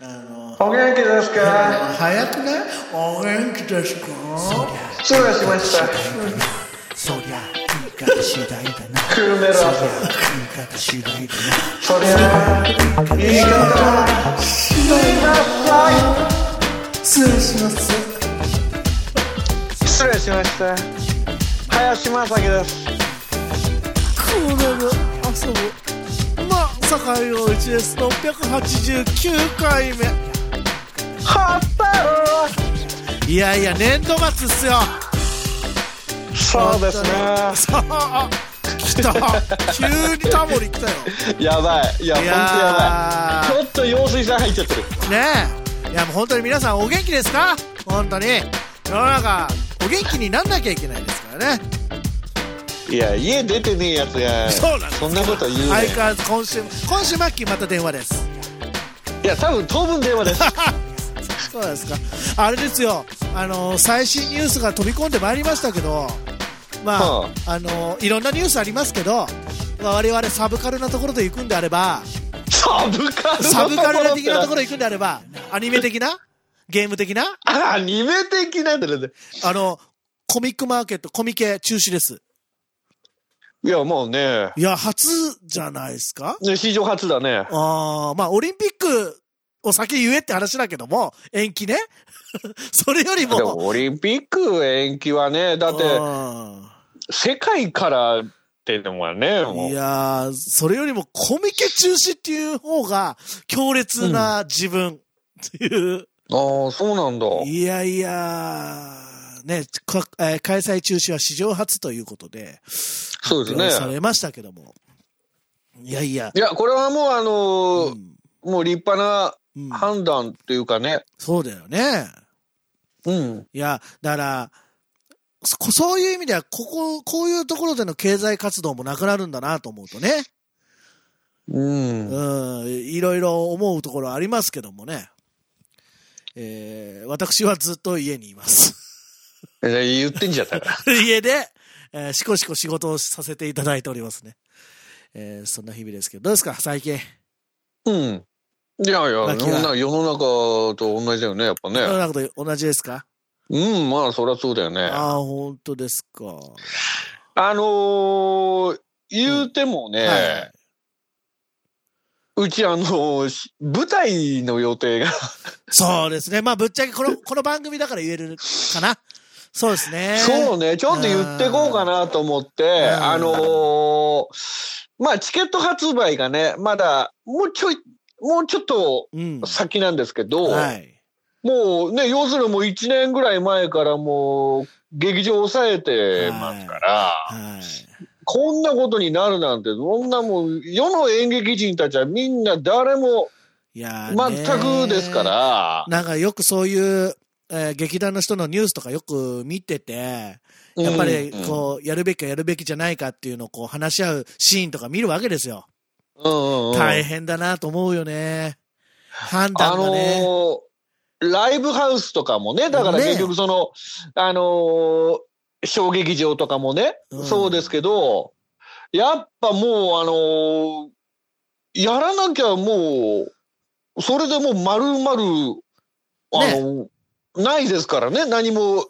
あお元気ですの、か早くね、お元気ですか失礼しました。そりゃ、言い方次第だな。クーメラそりゃー。、言い方次第だそりゃ、な。言い方、しないなさ失礼します。い。失礼しました。林正樹です。これで遊ぶ。まあ、酒井陽一です。689回目。ハッタいやいや、年度末っすよ。ルそうですね。さあ、来た。急にタモリ来たよ。やばい。いや、ほいんとややばい。ちょっと用水さん入っちゃってる。ーねえいやもう本当に皆さんお元気ですか本当に世の中お元気になんなきゃいけないですからねいや、家出てねえやつが、そうなんですそんなこと言うね相。変わらず今週今週末期また電話ですいや、多分当分電話です。そうですかあれですよあの最新ニュースが飛び込んでまいりましたけどまあ、はあのいろんなニュースありますけどまあ我々サブカルなところで行くんであれ ばサブカルのサブカルな的なところろ行くんであればアニメ的なゲーム的なアニメ的なんだね。あのコミックマーケットコミケ中止ですいや、もうね、いや、初じゃないですかね史上初だね。ああ、まあ、オリンピックを先言えって話だけども、延期ね。 それよりでも。もオリンピック延期はね、だって、う世界からってのはね、んも。いうやー、それよりもコミケ中止っていう方が強烈な自分っていう。ああ、そうなんだ。いやいやー、ね、かえー開催中止は史上初ということで、そう発表ですさね。れましたけども。いやいや。いや、これはもうあのーんもう立派なうん判断っていうかね。そうだよね。うん。いや、だから、そそういう意味では、ここ、こういうところでの経済活動もなくなるんだなと思うとね。うん。うん、いろいろ思うところありますけどもね。えー私はずっと家にい ます。え言ってんじゃったから。家で、えーしこしこ仕事をさせていただいておりますね。えーそんな日々ですけど、どうですか最近。うん。いやいや、ラッキーだ世の世の中と同じだよね、やっぱそんね。なこと同じですかうん、まあ、そりゃそうだよね。あ、ああ、本当ですか。はのー言うてもね、い、うちあのーし舞台の予定が、そうですね。まあ、ぶっちゃけこ の、この番組だから言えるかな。そうですね。そうね、ちょっと言ってこうかなと思って、うんあのーまあ、チケット発売がね、まだ、もうちょい、もうちょっとうん。先なんですけど、はい。もうね、要するにもう1年ぐらい前からもう、劇場を抑えてますから、はい。こんなことになるなんて、そんなもう、世の演劇人たちはみんな誰もいやーね全くですか。ら、なんかよくそういう、えー劇団の人のニュースとかよく見てて、やっぱりこう、やるべきかやるべきじゃないかっていうのをこう話し合うシーンとか見るわけですよ。うん、うんうんうん大変だなと思うよね。判あ断がのね。ーライブハウスとかもね、だからね結局その、あのー小劇場とかもね、うんそうですけど、やっぱもう、あのーやらなきゃもう、それでもう丸々、あのないですからね、何も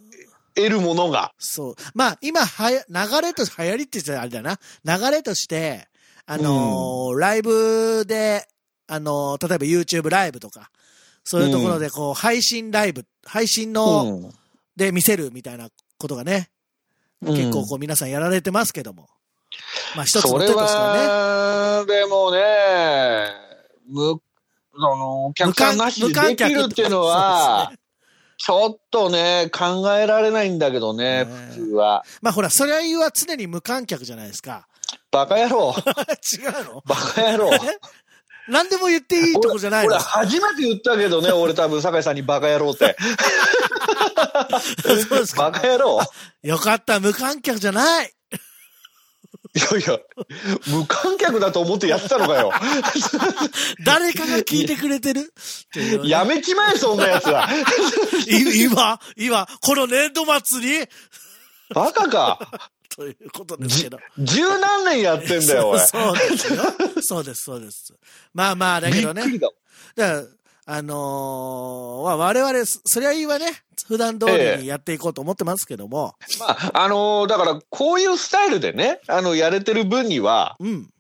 得るものが。そう。まあ、今はや、流れと、流行りって言ったらあれだな。流れとして、あのーライブで、あのー例えば YouTube ライブとか、そういうところで、こう、配信ライブ、配信の、で見せるみたいなことがね、うん結構こう皆さんやられてますけども。まあ一つその手れとしてはね。は、でもね、む、その、お客さんなしでできるっていうのは、ちょっとね、考えられないんだけどねね、普通は。まあほら、それは言うは常に無観客じゃないですか。 バカ野郎、違うのバカ野郎。何でも言っていいとこじゃない俺の初めて言ったけどね、俺多分、酒井さんにバカ野郎って。 そうですバか。カ野郎。よかった、無観客じゃない。いやいや、無観客だと思ってやってたの かよ。誰かが聞いてくれてる。っていうねやめちまえ、そんなやつは。い今、今、この年度末に、バカか。ということですけど。十何年やってんだよ、そう俺。そうですよ。そうです、そうです。まあまあ、だけどねびっく。りだ。だから、あのーまあ我々、そそりゃいいわね、普段通りにやっていこうと思ってますけども、まあ、あのーだからこういうスタイルでね、あの、やれてる分にはうん。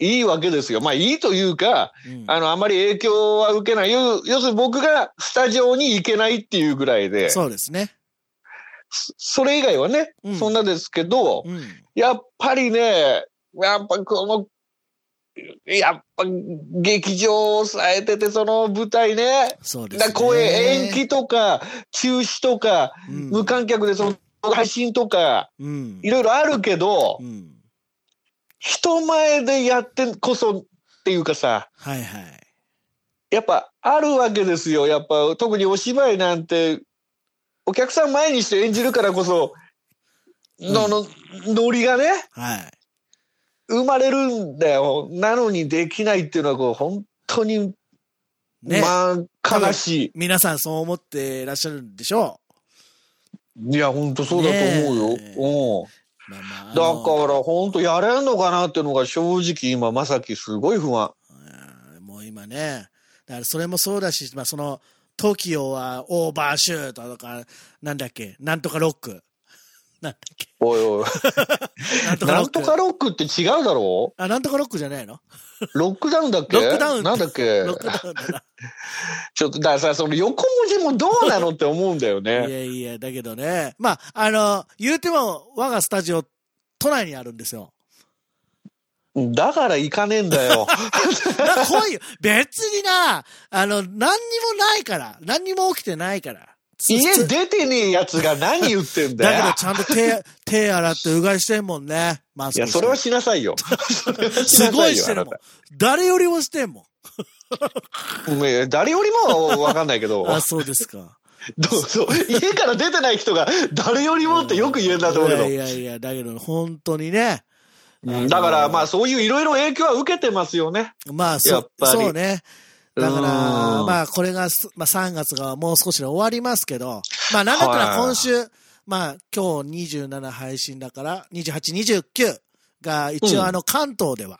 いいわけですよ。まあいいというか、うんあの、あまり影響は受けない。要要するに僕がスタジオに行けないっていうぐらいで、そそうですね。それ以外はね、うんそんなですけど、うん。やっぱりね、やっぱこの、やっぱ劇場を抑えてて、その舞台ね、そうですだね。公演延期とか、中止とか、うん、無観客でその配信とか、うんい。ろいろあるけどう、ん。人前でやってこそっていうかさ、はいはい。やっぱあるわけですよ。やっぱ特にお芝居なんて、お客さん前にして演じるからこそ、の、の、ノリがね、はい。生まれるんだよ。なのにできないっていうのは、こう、本当に、ね。まあ、悲し皆さんそう思ってらっしゃるんでしょい。いや、本当そうだと思うよ。ねえうう。ん。まあまああだかのら、本当やれんのかなっていうのが、正直今、まさきすごい不安。うんもう今ね、だからそれもそうだし、まあその、TOKIO はオーバーシュートとか、なんだっけ、なんとかロック。 なんだっけ、おいおい。なんとかなロッんク。とかロックって違うだろあ、なんとかロックじゃないのロックダウンだっけロックダウンなんだっけロックダウンだな。ちょっと、だからさ、その横文字もどうなのって思うんだよいね。やいや、だけどね。まあ、あの、言うても、我がスタジオ、都内にあるんですよ。だから行かねえんだ よ。な、来いよ。別にな、あの、何にもないから。何にも起きてないから。家つ出てねえやつが何言ってんだだけよど。ちゃんと手、 手洗ってうがいしてんもんね。マスクいや、それはしな さいよ。すごいしてるあなもんた。誰よりもしてんもん。うんえ誰よりもわかんないけ ど、あ、そうですか。どうぞ家から出てない人が誰より もってよく言えんだと思うけいど。やいやいや、だけど本当にね。うんだから、まあそういういろいろ影響は受けてますよね。まあ、やそっう、ぱりそうね。だから、うんまあ、これがす、まあ、3月がもう少しで終わりますけど、まあ、なんだったらはい今週、まあ、今日27配信だから、28、29が一う応んあの、関東では、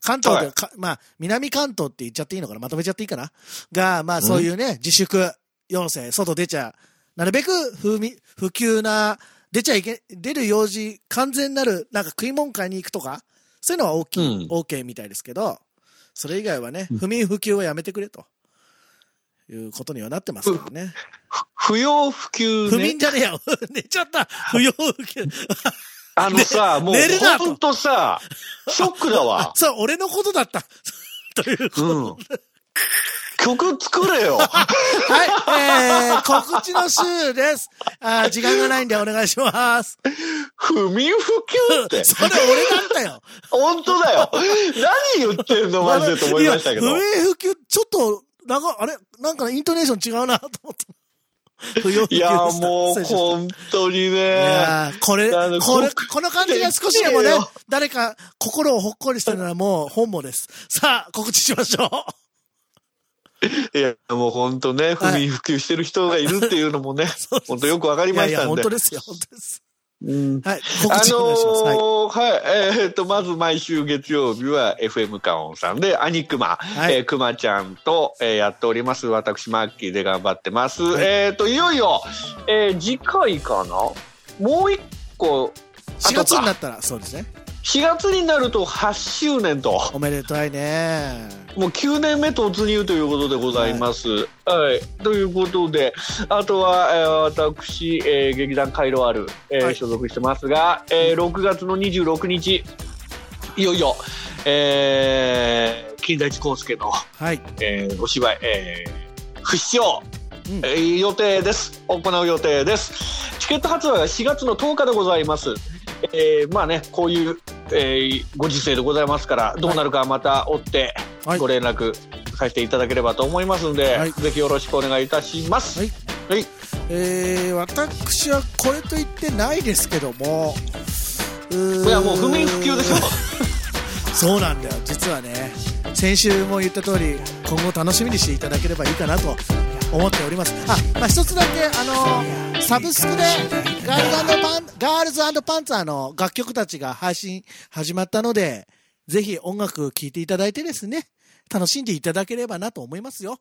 関東はで、かまあ、南関東って言っちゃっていいのかなまとめちゃっていいかなが、まあ、そういうね、自粛要請、外出ちゃ、なるべく不み不急な、出ちゃいけ、出る用事、完全なる、なんか食い物買いに行くとか、そういうのは OK、うん OK みたいですけど、それ以外はねうん、不眠不休はやめてくれと。いうことにはなってますからね。不要不急不ね眠。じゃねえよ。 寝ちゃった。不要不急。あのさ、もう寝るなとほんと さ、ショックだわ。そう、俺のことだった。という。うん。曲作れ よ。はい。えー、告知の週です。あー時間がないんでお願いします。不眠不休って。それ俺なんだよ。本当だよ。何言ってんのマジでと思いましたけどいや。不明不休、ちょっと、なんか、あれなんかイントネーション違うなと思った。不要不急でいしたや、もう失礼しました本当にいね。やーこれ、あのこれ、ここの感じが少しでもね言ってよ、誰か心をほっこりしたならもう本望です。さあ、告知しましょう。いや、もう本当ね、不はい眠不休してる人がいるっていうのも ね、そうです本当よくわかりいまやしいたや、ん本で当。ですよ、本当です。うんはい、あ告知お願いします。はい。のーはい、えーっと、まず毎週月曜日は FM カオンさんで、アニクマ、はいえークマちゃんと、えーやっております。私、マッキーで頑張ってます。はいえーっと、いよいよ、えー次回かなもう一個、 4月になったら、そうですね。 4月になると8周年と。おめでたいね。もう9年目突入ということでございます。はい。ということで、あとは、えー私、えー劇団カイロアル、えーはい所属してますが、えー6月の26日、いよいよ、えー、金田一耕助の、はい。えーお芝居、えー不必要、うんえー予定です。行う予定です。チケット発売は4月の10日でございます。えーまあね、こういう、えーご時世でございますから、どうなるかまた追って、はいご。連絡させていただければと思いますんで、はいぜひよろしくお願いいたします。はいはい。えー、私はこれと言ってないですけども、うーいやもう不眠不休でしょ。そうなんだよ実はね先週も言った通り今後楽しみにしていただければいいかなと思っておりますあ、まあ、一つだけあのサブスクでガールズパンガールズパンツァーの楽曲たちが配信始まったのでぜひ音楽聴いていただいてですね楽しんでいただければなと思いますよ